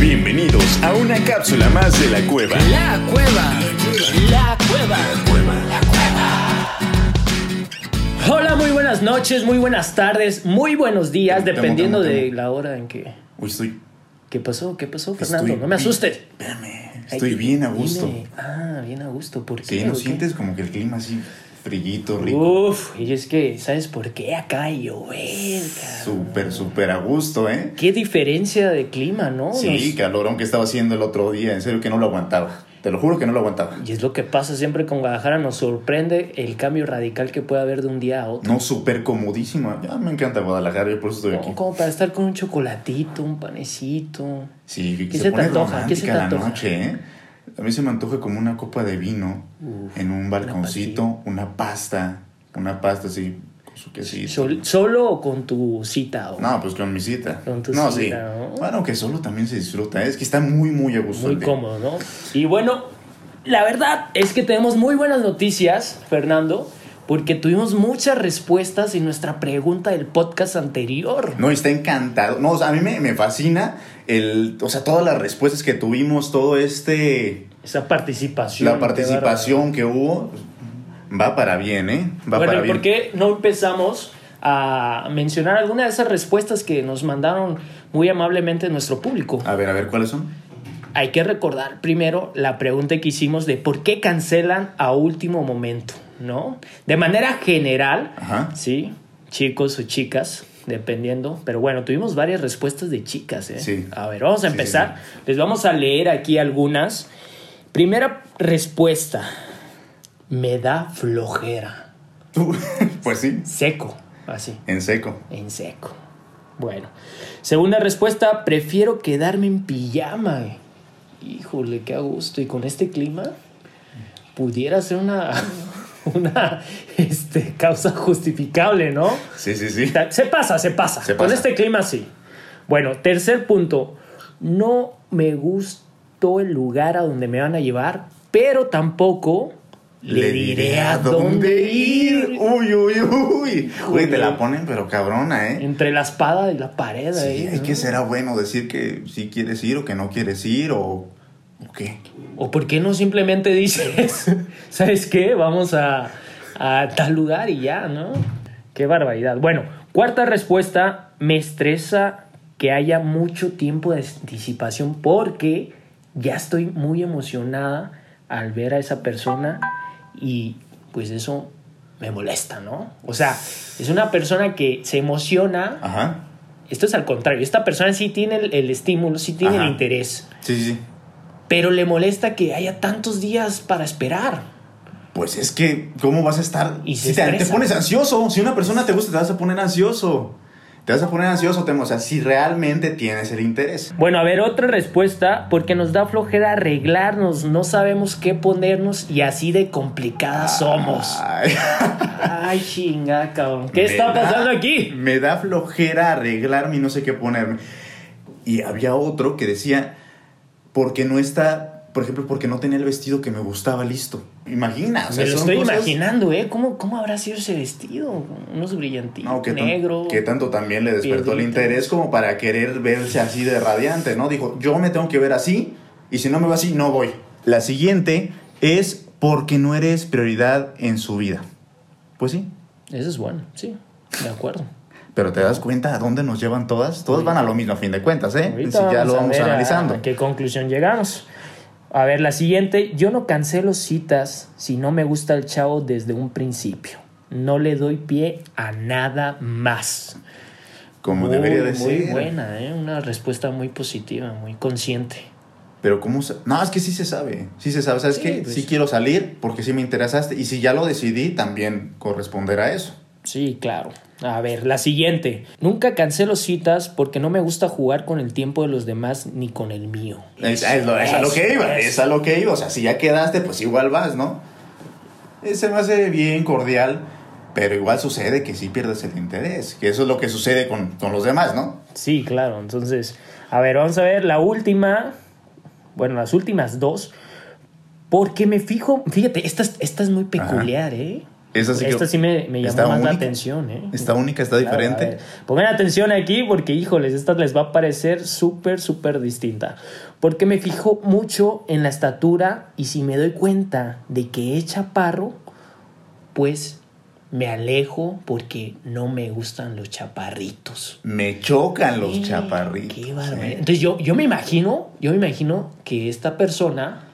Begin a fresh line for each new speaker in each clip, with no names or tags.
Bienvenidos a una cápsula más de la cueva.
La cueva. La cueva.
Hola, muy buenas noches, muy buenas tardes, muy buenos días,
Temo,
dependiendo
temo,
de
temo.
la hora en que.
Uy, estoy,
¿Qué pasó? ¿Qué pasó,
estoy
Fernando? no me
bi-
asustes.
Espérame, estoy bien a gusto.
Dime. Ah, bien a gusto. ¿Por qué?
Sí,
¿O
¿no
qué?
sientes como que el clima así frillito, rico?
Uf, y es que, ¿sabes por qué acá llover? cabrón?
Súper, súper a gusto, ¿eh?
Qué diferencia de clima, ¿no?
Sí,
Nos-
calorón que estaba haciendo el otro día, en serio que no lo aguantaba. Te lo juro que no lo aguantaba.
Y es lo que pasa siempre con Guadalajara, nos sorprende el cambio radical que puede haber de un día a otro.
No, súper comodísimo. Ya me encanta Guadalajara, yo por eso estoy aquí.
Como para estar con un chocolatito, un panecito.
Sí, que
¿Qué
se,
se te
pone
antoja? ¿Qué se te
romántica la
antoja?
noche, ¿eh? A mí se me antoja como una copa de vino
Uf,
en un balconcito,
pastilla.
una pasta, una pasta así, con su quesito.
Sol- ¿Solo o con tu cita? o-
No, pues con mi cita.
Con tu
no,
cita,
sí.
¿no?
Bueno, que solo también se disfruta. ¿eh? Es que está muy, muy a gusto.
Muy
el día.
cómodo, ¿no? Y bueno, la verdad es que tenemos muy buenas noticias, Fernando, porque tuvimos muchas respuestas en nuestra pregunta del podcast anterior.
No, está encantado. No, o sea, a mí me, me fascina el, o sea, todas las respuestas que tuvimos, todo este,
Esa participación.
la participación que hubo, va para bien, ¿eh? Va
bueno,
para
¿y
bien.
por qué no empezamos a mencionar alguna de esas respuestas que nos mandaron muy amablemente nuestro público?
A ver, a ver, ¿cuáles son?
Hay que recordar primero la pregunta que hicimos de por qué cancelan a último momento, ¿no? De manera general,
Ajá.
sí, chicos o chicas, dependiendo. Pero bueno, tuvimos varias respuestas de chicas, ¿eh?
Sí.
A ver, vamos
Sí,
a
sí,
empezar. Les vamos a leer aquí algunas. Primera respuesta. Me da flojera.
Tú. pues sí,
Seco, así,
en seco.
en seco. Bueno. Segunda respuesta, prefiero quedarme en pijama. eh. Híjole, qué a gusto. Y con este clima, pudiera ser una, una este, causa justificable, ¿no?
Sí, sí, sí.
Ta- Se pasa, se pasa.
Se
Con
pasa.
este clima sí. Bueno, tercer punto. No me gustó el lugar a donde me van a llevar, pero tampoco le diré a dónde ir.
Uy, uy, uy. Uy, te
Híjole.
la ponen, pero cabrona, ¿eh?
Entre la espada y la pared.
Sí,
ahí,
hay
¿no?
que será bueno decir que si quieres ir o que no quieres ir o, o qué.
¿O por qué no simplemente dices, ¿sabes qué? Vamos a, a tal lugar y ya, ¿no? Qué barbaridad. Bueno, cuarta respuesta, me estresa que haya mucho tiempo de anticipación porque ya estoy muy emocionada al ver a esa persona y pues eso me molesta, ¿no? O sea, es una persona que se emociona.
Ajá.
Esto es al contrario, esta persona sí tiene el, el estímulo, sí tiene
Ajá.
el interés.
Sí, sí.
Pero le molesta que haya tantos días para esperar.
Pues es que, ¿cómo vas a estar?
Y se
si te, te
estresa.
pones ansioso. Si una persona te gusta, te vas a poner ansioso. Te vas a poner ansioso, te- o sea, si realmente tienes el interés.
Bueno, a ver, otra respuesta, porque nos da flojera arreglarnos, no sabemos qué ponernos y así de
Ah.
complicadas somos.
Ay.
Ay, chinga, cabrón. ¿Qué
Me
está
da-
pasando aquí?
Me da flojera arreglarme y no sé qué ponerme. Y había otro que decía, porque no está, por ejemplo, porque no tenía el vestido que me gustaba listo. Imagina, o sea,
Me lo
son
estoy
cosas-
imaginando, ¿eh? ¿Cómo, ¿Cómo habrá sido ese vestido? Unos brillantines
No, que tan-
negro.
que tanto también le despertó el
piedritas.
interés como para querer verse así de radiante, ¿no? Dijo, yo me tengo que ver así y si no me veo así, no voy. La siguiente es porque no eres prioridad en su vida. Pues sí,
Eso es bueno, sí, de acuerdo.
Pero te das cuenta a dónde nos llevan todas. Todas van a lo mismo a fin de cuentas, ¿eh?
Ahorita
Si ya lo vamos
ver a-
analizando.
a qué conclusión llegamos. A ver, la siguiente. Yo no cancelo citas si no me gusta el chavo desde un principio. No le doy pie a nada más.
Como
Muy,
debería de
muy
ser.
buena, ¿eh? Una respuesta muy positiva, muy consciente.
Pero cómo sa- No, es que sí se sabe. Sí se sabe. ¿Sabes
Sí,
qué?
pues.
Sí quiero salir porque sí me interesaste. Y si ya lo decidí, también corresponderá a eso.
Sí, claro. A ver, la siguiente. Nunca cancelo citas porque no me gusta jugar con el tiempo de los demás ni con el mío.
Es, es lo- es a lo que iba.
eso.
Es a lo que iba. O sea, si ya quedaste, pues igual vas, ¿no? Eh, Se me hace bien cordial. Pero igual sucede que sí pierdes el interés. Que eso es lo que sucede con, con los demás, ¿no?
Sí, claro. Entonces, a ver, vamos a ver la última. Bueno, las últimas dos. Porque me fijo. Fíjate, esta, es- esta es muy peculiar, ¿eh?
Esa sí que-
Esta sí me, me
está
llamó más la
única.
atención, ¿eh?
Está única, está
Claro, a
diferente.
ver, Pongan atención aquí porque, híjoles, esta les va a parecer súper, súper distinta. Porque me fijo mucho en la estatura y si me doy cuenta de que es chaparro, pues me alejo porque no me gustan los chaparritos.
Me chocan los
Eh,
chaparritos.
Qué barbaridad.
¿eh?
Entonces yo, yo me imagino, yo me imagino que esta persona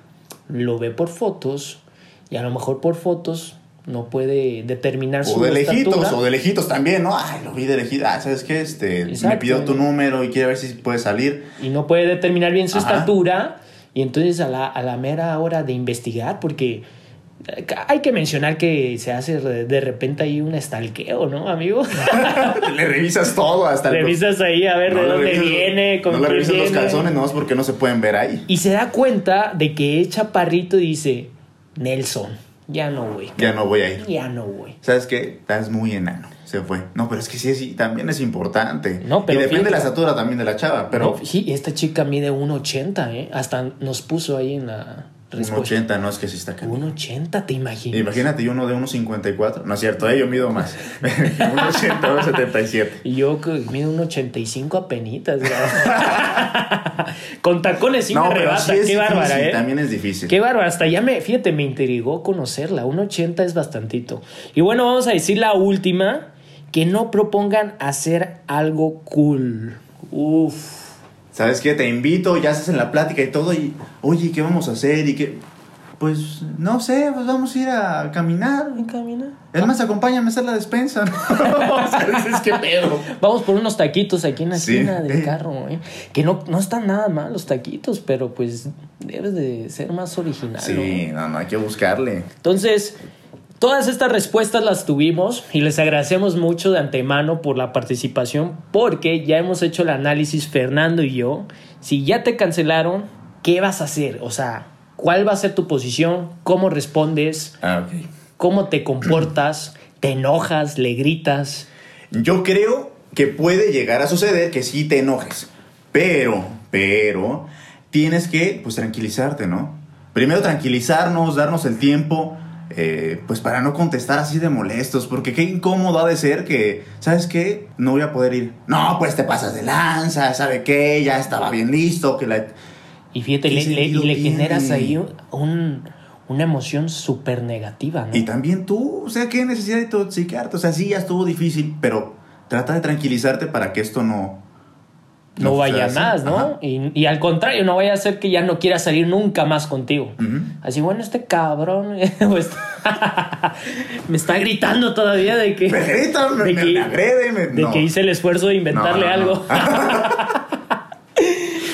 lo ve por fotos y a lo mejor por fotos no puede determinar su
O de lejitos,
estatura.
o de lejitos también, ¿no? Ay, lo vi de lejitos. Ah, ¿sabes qué? Este, me
Exacto.
pidió tu número y quiere ver si puede salir.
y no puede determinar bien su
Ajá.
estatura. Y entonces a la, a la mera hora de investigar, porque eh, hay que mencionar que se hace re- de repente ahí un estalqueo, ¿no, amigo?
Le revisas todo hasta el-
Revisas ahí a ver
No
de
le
dónde
revisas-
viene, con
No le
quién
revisas los
viene.
calzones nomás porque no se pueden ver ahí.
Y se da cuenta de que es chaparrito y dice, Nelson, ya no voy,
Ya no voy a ir.
ya no voy.
¿Sabes qué? Estás muy enano. Se fue. No, pero es que sí, sí también es importante.
No, pero
y depende
fíjate-
de la estatura también de la chava, pero
No, sí, esta chica mide 1,80, ¿eh? Hasta nos puso ahí en la
un
respuesta.
80 no es que sí está acá.
1,80, ¿te imaginas?
Imagínate, yo uno de 1.54. No es cierto, eh, yo mido más. 1.80, 1.77.
Y yo que mido un 85 apenitas. güey. Con tacones sí
no,
me
pero
rebata.
sí
Qué
es difícil,
bárbara, ¿eh?
también es difícil.
Qué bárbara. Hasta ya me, fíjate, me intrigó conocerla. Un 80 es bastantito. Y bueno, vamos a decir la última. Que no propongan hacer algo cool. Uf.
¿Sabes qué? Te invito, ya haces en la plática y todo, y oye, ¿qué vamos a hacer? Y qué. Pues no sé, pues vamos a ir a caminar.
Camina.
Es más, acompáñame a hacer la despensa. ¿no? o sea, dices, ¿qué pedo?
Vamos por unos taquitos aquí en la
Sí.
esquina del
Eh.
carro, ¿eh? Que no, no están nada mal los taquitos, pero pues debes de ser más original. ¿no?
Sí, no, no, hay que buscarle.
Entonces, todas estas respuestas las tuvimos y les agradecemos mucho de antemano por la participación porque ya hemos hecho el análisis Fernando y yo. Si ya te cancelaron, ¿qué vas a hacer? O sea, ¿cuál va a ser tu posición? ¿Cómo respondes?
Ah, ok.
¿Cómo te comportas? ¿Te enojas? ¿Le gritas?
Yo creo que puede llegar a suceder que sí te enojes, pero, pero, tienes que, pues, tranquilizarte, ¿no? Primero tranquilizarnos, darnos el tiempo, eh, pues, para no contestar así de molestos, porque qué incómodo ha de ser que, ¿sabes qué? No voy a poder ir. No, pues te pasas de lanza, ¿sabe qué? Ya estaba bien listo, que la...
Y fíjate,
¿Qué
le, le-
sentido
le generas
tiene?
ahí un- una emoción súper negativa, ¿no?
Y también tú, o sea, qué necesidad de intoxicarte, o sea, sí, ya estuvo difícil, pero trata de tranquilizarte para que esto no...
no, vaya
suceda así.
más,
Ajá.
¿no? Y, y al contrario, no vaya a ser que ya no quiera salir nunca más contigo.
Ujú.
Así, bueno, este cabrón o está- me está gritando todavía de que,
Me gritan, me,
de
me-
que-
me agreden, me-
de
no.
que hice el esfuerzo de inventarle
No, no, no.
algo.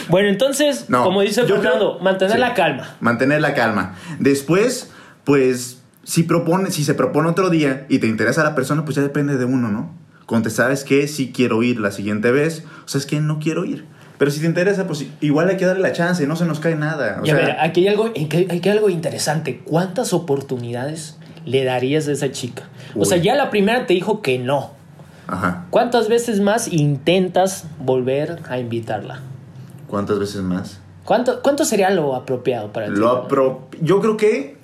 bueno, entonces,
No,
como dice
yo creo-
Fernando, mantener
Sí.
la calma.
Mantener la calma. Después, pues, si, propone, si se propone otro día y te interesa la persona, pues ya depende de uno, ¿no? Contestar, ¿sabes qué? Sí quiero ir la siguiente vez, o sea, es que no quiero ir. Pero si te interesa, pues igual hay que darle la chance, no se nos cae nada. O
y a
sea,
ver, aquí hay algo, aquí hay- aquí hay algo interesante. ¿Cuántas oportunidades le darías a esa chica? O
Uy.
sea, ya la primera te dijo que no.
Ajá.
¿Cuántas veces más intentas volver a invitarla?
¿Cuántas veces más?
¿Cuánto, cuánto sería lo apropiado para ti?
Lo apro- Yo creo que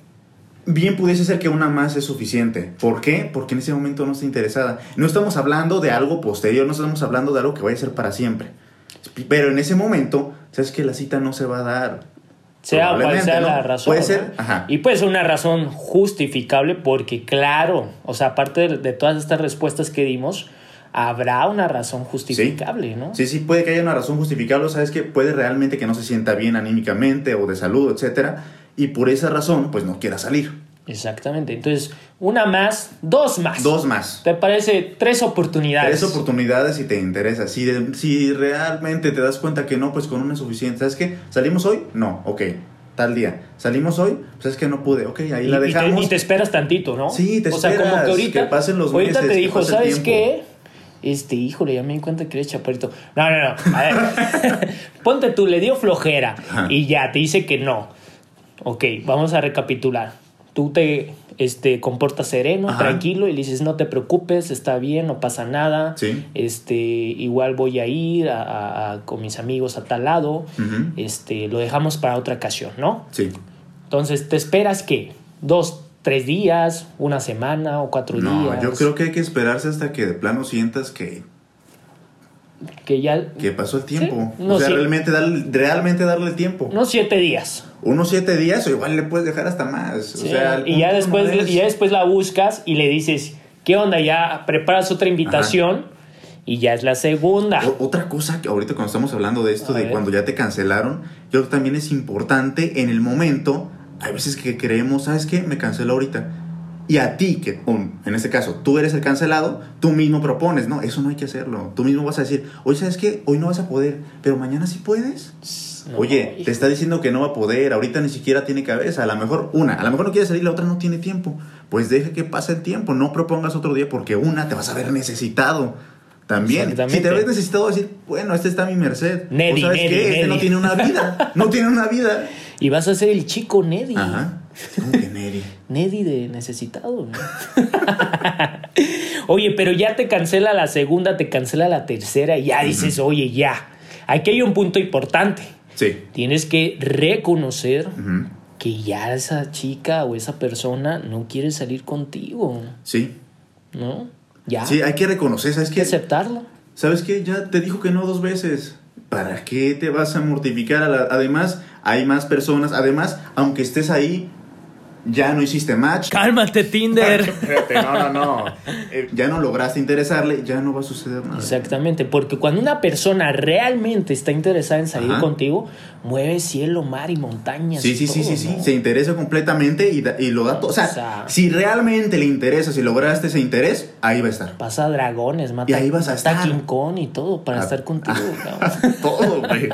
bien pudiese ser que una más es suficiente. ¿Por qué? Porque en ese momento no está interesada. No estamos hablando de algo posterior, no estamos hablando de algo que vaya a ser para siempre. Pero en ese momento, sabes que la cita no se va a dar.
sea cual
Probablemente,
sea
¿no?
la razón.
Puede ser,
¿no?
ajá.
Y puede ser una razón justificable porque, claro, o sea, aparte de, de todas estas respuestas que dimos, habrá una razón justificable, ¿no?
Sí, sí, puede que haya una razón justificable, sabes que puede realmente que no se sienta bien anímicamente o de salud, etcétera, y por esa razón, pues no quiera salir.
Exactamente. Entonces, una más, dos más.
Dos más.
¿Te parece tres oportunidades?
Tres oportunidades si te interesa. Si, de- si realmente te das cuenta que no, pues con una es suficiente. ¿Sabes qué? ¿Salimos hoy? No, ok. Tal día. ¿Salimos hoy? Pues es que no pude. Ok, ahí
Y,
la
y te,
dejamos.
y te esperas tantito, ¿no?
Sí, te
O sea, como
esperas,
que ahorita,
que pasen los
ahorita
meses,
te
que
dijo,
pase el
¿sabes qué?
tiempo".
Este, híjole, ya me di cuenta que eres chaparrito. No, no, no. A ver, ponte tú, le dio flojera
Ajá.
y ya, te dice que no. Ok, vamos a recapitular. Tú te este, comportas sereno,
Ajá.
tranquilo y le dices, no te preocupes, está bien, no pasa nada.
Sí.
Este, igual voy a ir a- a- a- con mis amigos a tal lado.
Ujú.
Este, lo dejamos para otra ocasión, ¿no?
Sí.
Entonces, ¿te esperas qué? Dos, tres días, una semana o cuatro
No,
días.
yo creo que hay que esperarse hasta que de plano sientas que,
que ya...
que pasó el tiempo.
Sí, no,
o sea,
sí.
realmente, darle, realmente darle tiempo.
Unos siete días.
Unos siete días o igual le puedes dejar hasta más.
Sí,
o sea, el
y ya
punto no
después,
es-
y ya después la buscas y le dices, ¿qué onda? Ya preparas otra invitación y ya es la segunda.
O- Otra cosa que ahorita cuando estamos hablando de esto,
A
de
ver.
cuando ya te cancelaron, yo creo que también es importante en el momento, hay veces que creemos, ¿sabes qué? Me canceló ahorita. Y a ti, que um, en este caso tú eres el cancelado, tú mismo propones, no, eso no hay que hacerlo. Tú mismo vas a decir, oye, ¿sabes qué? Hoy no vas a poder, pero mañana sí puedes.
No,
Oye, te está diciendo que no va a poder, ahorita ni siquiera tiene cabeza, a lo mejor una, a lo mejor no quiere salir, la otra no tiene tiempo. Pues deja que pase el tiempo, no propongas otro día porque una te vas a ver necesitado. También,
Exactamente.
si te ves necesitado decir, bueno, este está a mi merced.
Nedi,
¿O sabes
Nedi,
qué? Este
Nedi.
no tiene una vida, no tiene una vida.
y vas a ser el chico Neddy.
Ajá. ¿Cómo que Neri?
Neddy de necesitado. ¿no? oye, pero ya te cancela la segunda, te cancela la tercera y ya dices, oye, ya. Aquí hay un punto importante.
Sí.
Tienes que reconocer
Ujú.
que ya esa chica o esa persona no quiere salir contigo,
Sí.
¿no? Ya.
Sí, hay que reconocer, ¿sabes
Hay que
qué?
aceptarlo.
¿Sabes qué? Ya te dijo que no dos veces. ¿Para qué te vas a mortificar? A la- Además, hay más personas. Además, aunque estés ahí, ya no hiciste match.
Cálmate, Tinder.
Espérate, no, no, no. Eh, ya no lograste interesarle, ya no va a suceder nada.
Exactamente, porque cuando una persona realmente está interesada en salir
Ajá.
contigo, mueve cielo, mar y montañas.
Sí,
y
sí, sí,
todo,
sí, sí.
¿no?
Se interesa completamente y, da- y lo da todo. O sea,
O sea-
si realmente le interesa, si lograste ese interés, ahí va a estar.
Pasa dragones, mata,
Y ahí vas a
mata
estar. Ah.
King Kong y todo para estar contigo. cabrón.
todo, güey.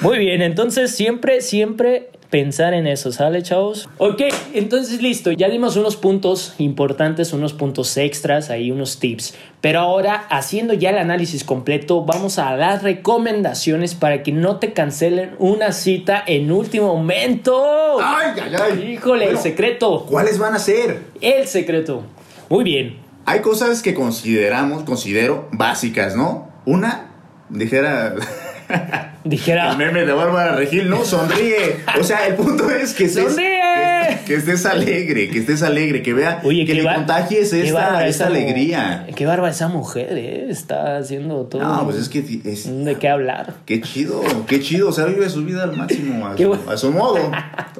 Muy bien, entonces siempre, siempre pensar en eso, ¿sale, chavos? Ok, entonces listo, ya dimos unos puntos importantes, unos puntos extras, ahí unos tips. Pero ahora, haciendo ya el análisis completo, vamos a dar recomendaciones para que no te cancelen una cita en último momento.
¡Ay, ay, ay!
Híjole, el
Bueno,
secreto,
¿Cuáles van a ser?
el secreto. Muy bien,
Hay cosas que consideramos, considero básicas, ¿no? Una, dijera el
dijera...
meme de Bárbara Regil, no, sonríe. O sea, el punto es que estés,
¡Sonríe!
que estés alegre, que estés alegre, que vea,
Oye,
que
qué
le
ba-
contagies
qué
esta,
bárbara
esta
esa mu-
alegría.
Qué barba esa mujer, ¿eh? Está haciendo todo.
No, pues es que es,
De qué hablar.
qué chido, qué chido, o sea, vive su vida al máximo, a,
Qué
su,
bu-
a su modo,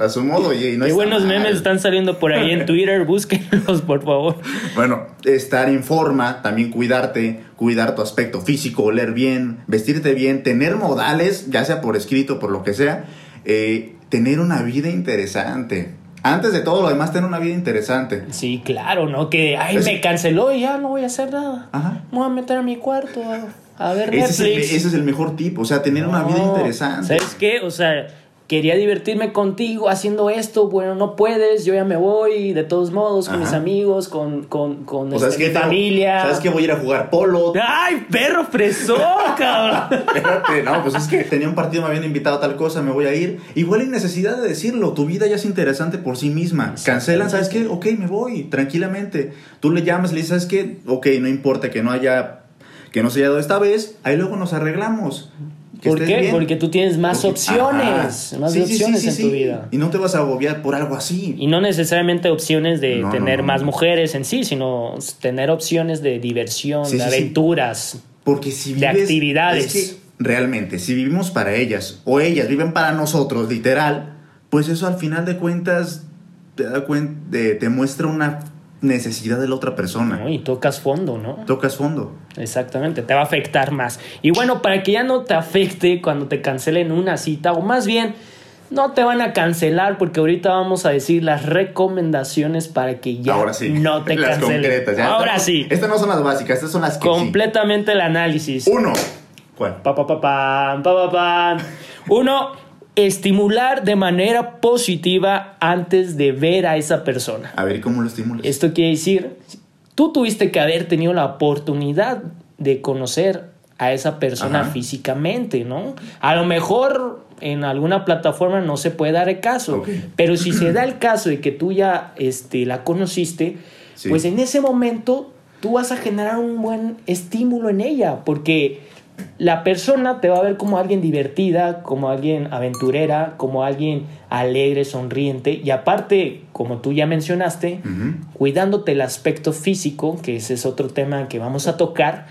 a su modo, oye, y no
Qué
está
buenos
mal.
memes están saliendo por ahí en Twitter, búsquenlos, por favor.
Bueno, estar en forma, también cuidarte, cuidar tu aspecto físico, oler bien, vestirte bien, tener modales, ya sea por escrito, por lo que sea, eh, tener una vida interesante. Antes de todo lo demás, tener una vida interesante.
Sí, claro, ¿no? Que, ay,
Es-
me canceló y ya no voy a hacer nada.
Ajá.
Me voy a meter a mi cuarto a, a ver
Ese es,
Netflix.
el, ese es el mejor tipo, o sea, tener una vida
No,
interesante.
¿Sabes qué? O sea, quería divertirme contigo haciendo esto, bueno, no puedes, yo ya me voy, de todos modos, con
Ajá.
mis amigos, con, con, con
O sea, es
este,
que
mi familia.
¿Sabes que Voy a ir a jugar polo.
¡Ay, perro fresón, cabrón!
Espérate, no, pues es que tenía un partido, me habían invitado a tal cosa, me voy a ir. Igual hay necesidad de decirlo, tu vida ya es interesante por sí misma. Cancelan, ¿sabes qué? Ok, me voy, tranquilamente. Tú le llamas, le dices, ¿sabes qué? Ok, no importa que no haya, que no se haya dado esta vez, ahí luego nos arreglamos. Que
¿Por
estés
qué?
bien.
Porque tú tienes más
Porque-
opciones,
Ajá.
más
Sí, sí, sí,
opciones
sí,
en
sí.
tu vida.
Y no te vas a agobiar por algo así.
Y no necesariamente opciones de
No, no,
tener
no,
más
no.
mujeres en sí, sino tener opciones de diversión,
Sí,
de
sí, sí.
aventuras.
Porque si
De
vives...
actividades.
es que realmente, si vivimos para ellas o ellas viven para nosotros, literal, pues eso al final de cuentas te, da cuen- de- te muestra una necesidad de la otra persona.
¿no? Y tocas fondo, ¿no?
Tocas fondo.
Exactamente, te va a afectar más. Y bueno, para que ya no te afecte cuando te cancelen una cita, o más bien, no te van a cancelar, porque ahorita vamos a decir las recomendaciones para que ya
Ahora sí.
no te
las
cancelen.
concretas. ya.
Ahora
Estas-
sí,
Estas no son las básicas, estas son las que sí.
completamente el análisis.
Uno. ¿Cuál?
Pa, pa, pa, pam, pa, pa, pam. Uno, estimular de manera positiva antes de ver a esa persona.
A ver cómo lo estimulas.
Esto quiere decir, tú tuviste que haber tenido la oportunidad de conocer a esa persona
Ajá.
físicamente, ¿no? A lo mejor en alguna plataforma no se puede dar el caso,
Ok.
pero si se da el caso de que tú ya este, la conociste,
Sí.
pues en ese momento tú vas a generar un buen estímulo en ella, porque la persona te va a ver como alguien divertida, como alguien aventurera, como alguien alegre, sonriente y aparte, como tú ya mencionaste,
Ujú.
cuidándote el aspecto físico, que ese es otro tema que vamos a tocar.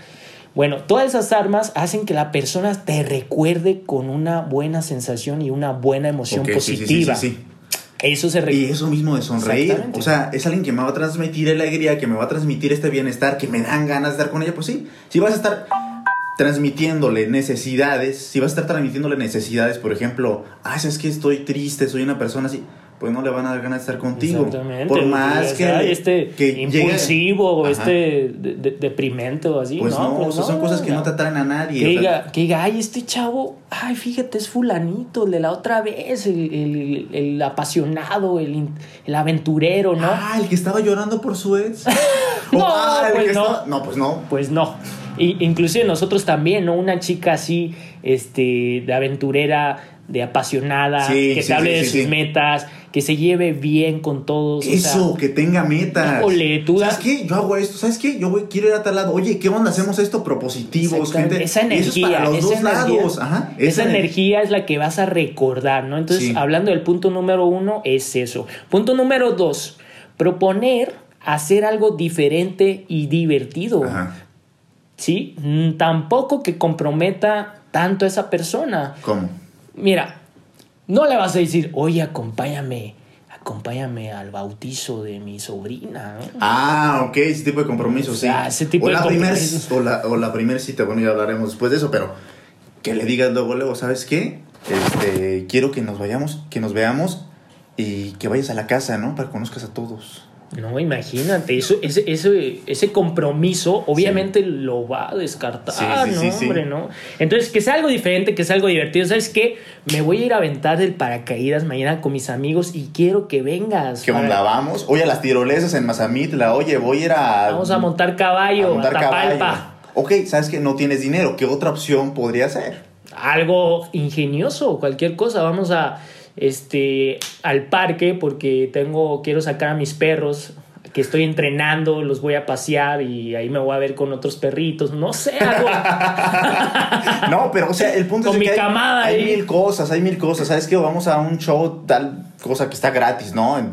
Bueno, todas esas armas hacen que la persona te recuerde con una buena sensación y una buena emoción
Ok, sí, sí, sí,
positiva.
sí, sí.
Eso se
Y
recuerda.
eso mismo de sonreír.
Exactamente.
O sea, es alguien que me va a transmitir alegría, que me va a transmitir este bienestar, que me dan ganas de estar con ella. Pues sí, si vas a estar transmitiéndole necesidades, si vas a estar transmitiéndole necesidades, por ejemplo, ah, es que estoy triste, soy una persona así, pues no le van a dar ganas de estar contigo.
Exactamente. pues,
Por más
O
que,
sea,
le-
este
que llegue-
impulsivo o
Ajá.
este de- de- deprimente o así.
Pues no,
no,
o sea, son cosas que no te atraen a nadie.
Que
o sea,
diga, que diga, ay, este chavo, ay, fíjate, es fulanito, el de la otra vez, el, el- el apasionado, el, in- el aventurero, ¿no?
Ah, el que estaba llorando por su ex. O,
No,
ah, el
pues
que
no.
estaba- No, pues no.
Pues no. Y, inclusive nosotros también, ¿no? Una chica así, este, de aventurera, de apasionada,
Sí,
que
sí,
te hable
sí,
de
sí,
sus
sí.
metas, que se lleve bien con todos. Pues, o sea,
Eso, que tenga metas.
Híjole, tú
¿Sabes
da-
qué? Yo hago esto. ¿Sabes qué? Yo voy, quiero ir a tal lado. Oye, ¿qué onda? Hacemos esto propositivos,
Exactamente.
gente.
Esa
Y Eso
energía,
es para los
esa
dos
energía,
lados. Ajá.
Esa
ener-
energía es la que vas a recordar, ¿no? Entonces,
Sí.
hablando del punto número uno, es eso. Punto número dos, proponer hacer algo diferente y divertido,
Ajá.
¿sí? Mm, Tampoco que comprometa tanto a esa persona.
¿Cómo?
Mira, no le vas a decir, oye, acompáñame, acompáñame al bautizo de mi sobrina, ¿no?
Ah, ok, ese tipo de compromisos,
O sea,
sí.
ese tipo
o
de
la primer-
compromisos.
o la, o la primer cita, bueno, ya hablaremos después de eso, pero que le digas luego, luego, ¿sabes qué? Este, quiero que nos vayamos, que nos veamos y que vayas a la casa, ¿no? Para que conozcas a todos.
No, imagínate, eso, ese, ese, ese compromiso obviamente lo va a descartar,
Sí, sí,
¿no,
sí, sí.
hombre, no? Entonces, que sea algo diferente, que sea algo divertido. ¿Sabes qué? Me voy a ir a aventar del paracaídas mañana con mis amigos y quiero que vengas.
¿Qué
para-
onda? Vamos. Oye, a las tirolesas en Mazamitla. Oye, voy a ir a.
Vamos a montar caballo, a,
montar
Tapalpa.
caballo. Ok, sabes que no tienes dinero. ¿Qué otra opción podría ser?
Algo ingenioso, cualquier cosa. Vamos a este al parque porque tengo quiero sacar a mis perros que estoy entrenando, los voy a pasear y ahí me voy a ver con otros perritos, no sé, algo
No, pero o sea, el punto
Con
es de
mi
que hay-
camada
hay,
ahí.
mil cosas, hay mil cosas. Sabes que vamos a un show tal cosa que está gratis, ¿no? En-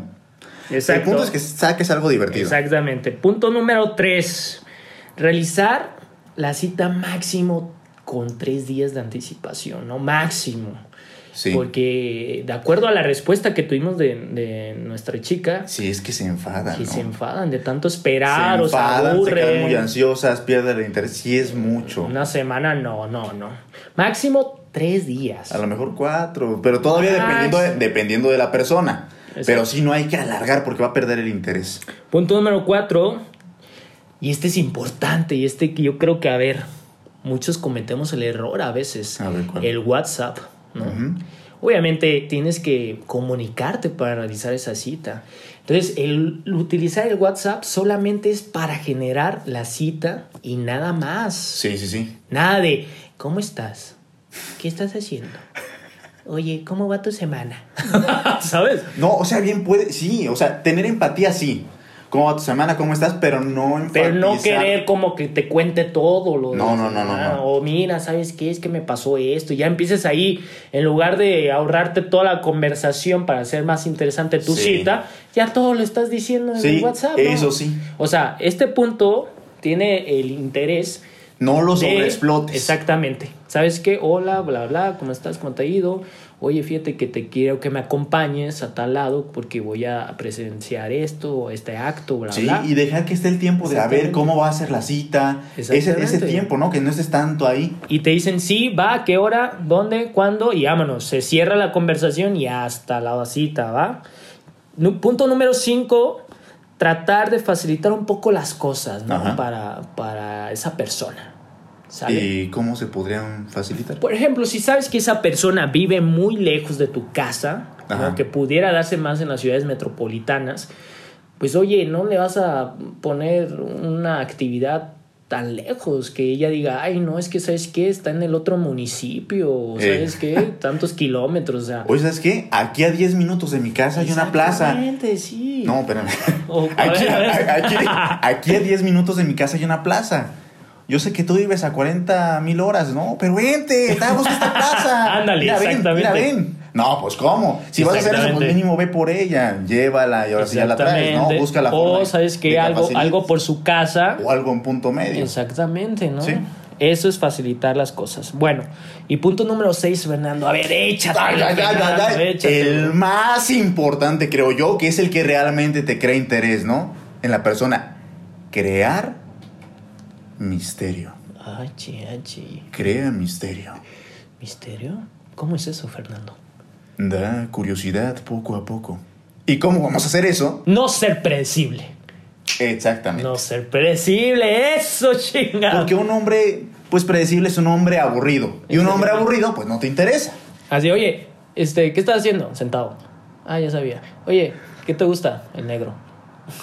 El
Exacto.
punto es que saques algo divertido.
Exactamente. Punto número tres. Realizar la cita máximo con tres días de anticipación, ¿no? Máximo.
Sí.
Porque de acuerdo a la respuesta que tuvimos de, de nuestra chica,
Sí, es que se enfadan.
que
¿no?
se enfadan de tanto
Se
esperar o se
enfadan, se quedan muy
aburren.
ansiosas, pierden el interés. Sí, es mucho.
Una semana, no, no, no. Máximo tres días.
A lo mejor cuatro, pero todavía
Ah,
dependiendo, de,
sí.
dependiendo de la persona.
Exacto.
Pero sí, no hay que alargar porque va a perder el interés.
Punto número cuatro. Y este es importante, y este que yo creo que, a ver, muchos cometemos el error a veces.
A ver, ¿cuál?
El WhatsApp, ¿no?
Ujú.
Obviamente tienes que comunicarte para realizar esa cita. Entonces, el utilizar el WhatsApp solamente es para generar la cita y nada más.
Sí, sí, sí.
Nada de, ¿cómo estás? ¿Qué estás haciendo? Oye, ¿cómo va tu semana? ¿Sabes?
No, o sea, bien puede, sí, o sea, tener empatía sí. ¿Cómo va tu semana? ¿Cómo estás? Pero no enfatizar.
Pero no querer como que te cuente todo lo de
No,
la
no, no, no,
semana,
no.
O mira, ¿sabes qué? Es que me pasó esto. Y Ya empieces ahí, en lugar de ahorrarte toda la conversación para hacer más interesante tu
Sí.
cita, ya todo lo estás diciendo en
Sí,
el WhatsApp. ¿no?
eso sí.
O sea, este punto tiene el interés
No lo
de-
sobreexplotes.
Exactamente. ¿Sabes qué? Hola, bla, bla, ¿cómo estás? ¿Cómo te ha ido? Oye, fíjate que te quiero que me acompañes a tal lado porque voy a presenciar esto, o este acto, bla,
Sí,
bla.
y dejar que esté el tiempo de a ver
Exactamente.
cómo va a ser la cita. Ese, ese
Exactamente.
tiempo, ¿no? Que no estés tanto ahí.
Y te dicen sí, va, qué hora, dónde, cuándo, y vámonos. Se cierra la conversación y hasta la cita, ¿va? Nu- punto número 5, tratar de facilitar un poco las cosas, ¿no?
Ajá.
Para, para esa persona. ¿Sale?
¿Y eh, cómo se podrían facilitar?
Por ejemplo, si sabes que esa persona vive muy lejos de tu casa, ¿no?
Ajá.
que pudiera darse más en las ciudades metropolitanas, pues oye, no le vas a poner una actividad tan lejos que ella diga, ay, no, es que sabes qué, está en el otro municipio, o
Eh.
sabes qué, tantos kilómetros, o sea.
Oye, ¿sabes qué? Aquí a 10 minutos de mi casa hay una plaza.
Exactamente, sí.
No, espérame.
O- a
Aquí,
ver, a ver.
aquí- aquí a 10 minutos de mi casa hay una plaza. Yo sé que tú vives a 40 mil horas, ¿no? Pero vente, te busca esta casa.
Ándale,
Mira, ven,
exactamente.
mira, ven. No, pues ¿cómo? Si vas a hacer eso, pues
Exactamente.
mínimo ve por ella, llévala y ahora sí ya la traes, ¿no?
Exactamente.
Busca la forma
O
de-
sabes
de
que algo,
facilites.
algo por su casa.
O algo en punto medio.
Exactamente, ¿no?
Sí.
Eso es facilitar las cosas. Bueno, y punto número 6, Fernando. A ver, échate.
Ay, ay, ay, ay, ay. El más importante, creo yo, que es el que realmente te crea interés, ¿no? En la persona. Crear misterio.
H, H.
Crea misterio.
¿Misterio? ¿Cómo es eso, Fernando?
Da curiosidad poco a poco. ¿Y cómo vamos a hacer eso?
No ser predecible.
Exactamente.
No ser predecible. Eso, chingado.
Porque un hombre, pues predecible es un hombre aburrido. Y un hombre aburrido, pues no te interesa.
Así, oye, este, ¿qué estás haciendo? Sentado. Ah, ya sabía. Oye, ¿qué te gusta? El negro.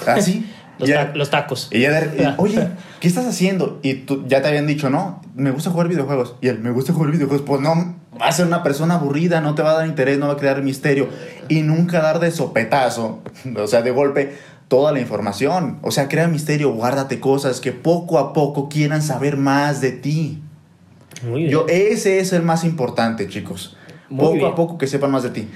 Así.
Los,
Ya- Eh,
ta- los tacos.
Y ya de- y, oye, ¿qué estás haciendo? Y tú, ya te habían dicho, no, me gusta jugar videojuegos. Y él, me gusta jugar videojuegos. Pues no, va a ser una persona aburrida, no te va a dar interés, no va a crear misterio. Y nunca dar de sopetazo, o sea, de golpe, toda la información. O sea, crea misterio, guárdate cosas que poco a poco quieran saber más de ti.
Muy bien.
Yo, ese es el más importante, chicos.
Muy
Poco
bien.
a poco que sepan más de ti.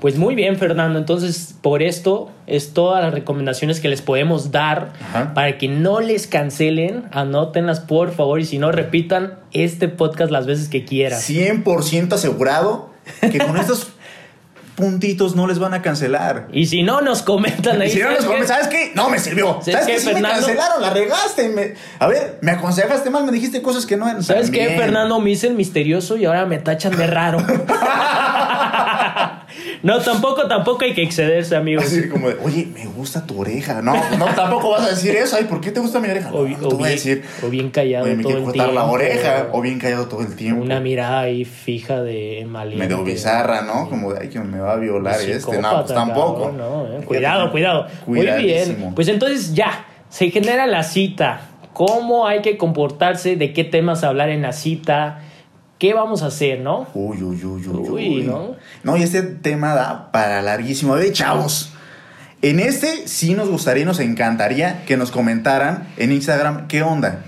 Pues muy bien, Fernando. Entonces, por esto es todas las recomendaciones que les podemos dar
Ajá.
para que no les cancelen. Anótenlas, por favor. Y si no, repitan este podcast las veces que quieran.
100% asegurado que con estos puntitos no les van a cancelar.
Y si no, nos comentan ahí.
Y si no
¿sabes
nos
qué?
come- ¿sabes qué? No me sirvió.
¿Sabes
¿Sabes,
qué,
qué? Sí me
Fernando?
cancelaron, la regaste. me- A ver, me aconsejaste mal, me dijiste cosas que no eran.
¿Sabes qué,
También.
Fernando? Me hice el misterioso y ahora me tachan de raro. no, tampoco, tampoco hay que excederse, amigos.
Así como de, oye, me gusta tu oreja. No, no, tampoco vas a decir eso. Ay, ¿por qué te gusta mi oreja? No,
O, bi-
tú
o
vas a
bien,
decir,
o bien callado
oye, me
todo
quiero
el
cortar
tiempo.
la oreja. O bien callado todo el tiempo.
Una mirada ahí fija de maliente.
Medio bizarra, ¿no? Como de, ay, que me va a violar este. No, pues
Psicópata,
tampoco.
cabrón, no, eh. Cuidado, cuidado. Muy bien.
Cuidadísimo.
Pues entonces ya, se genera la cita. ¿Cómo hay que comportarse? ¿De qué temas hablar en la cita? ¿Qué vamos a hacer, no?
Uy, uy, uy, uy,
Uy,
uy.
¿no?
No, y este tema da para larguísimo. De chavos. En este sí nos gustaría y nos encantaría que nos comentaran en Instagram qué onda.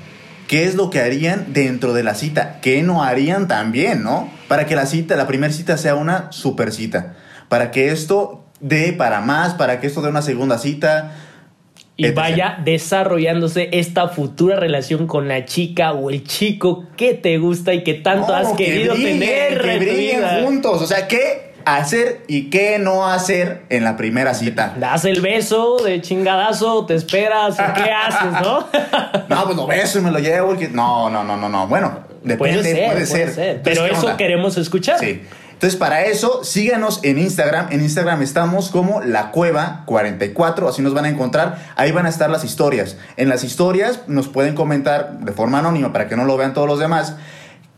¿Qué es lo que harían dentro de la cita? ¿Qué no harían también, no? Para que la cita, la primera cita sea una super cita. Para que esto dé para más, para que esto dé una segunda cita.
Y
Etc.
vaya desarrollándose esta futura relación con la chica o el chico que te gusta y que tanto
No,
has querido
Oh, brillen,
tener.
Que
en tu
brillen
vida.
juntos. O sea, ¿qué hacer y qué no hacer en la primera cita?
Das el beso de chingadazo, te esperas, ¿o ¿qué haces, no?
No, pues lo beso y me lo llevo. y que- No, no, no, no, no. Bueno, depende,
puede ser, puede ser.
Entonces,
Pero
¿qué
eso
onda?
queremos escuchar.
Sí. Entonces, para eso, síganos en Instagram. En Instagram estamos como La Cueva 44, así nos van a encontrar. Ahí van a estar las historias. En las historias nos pueden comentar de forma anónima para que no lo vean todos los demás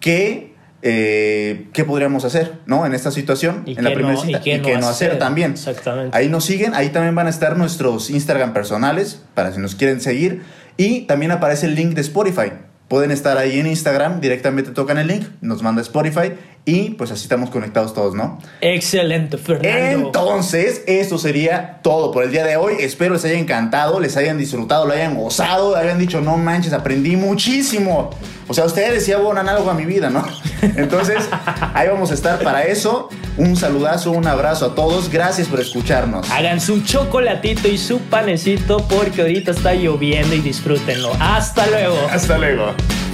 qué, eh, qué podríamos hacer, ¿no? En esta situación,
Y
en la
qué
primera
no-
cita.
y qué no
hacer,
hacer.
también.
Exactamente.
Ahí nos siguen, ahí también van a estar nuestros Instagram personales para si nos quieren seguir. Y también aparece el link de Spotify. Pueden estar ahí en Instagram, directamente tocan el link, nos manda Spotify y pues así estamos conectados todos, ¿no?
Excelente, Fernando.
Entonces, eso sería todo por el día de hoy. Espero les haya encantado, les hayan disfrutado, lo hayan gozado, hayan dicho, no manches, aprendí muchísimo. O sea, ustedes sí abonan algo a mi vida, ¿no? Entonces, ahí vamos a estar para eso. Un saludazo, un abrazo a todos. Gracias por escucharnos.
Hagan su chocolatito y su panecito porque ahorita está lloviendo y disfrútenlo. Hasta luego.
Hasta luego.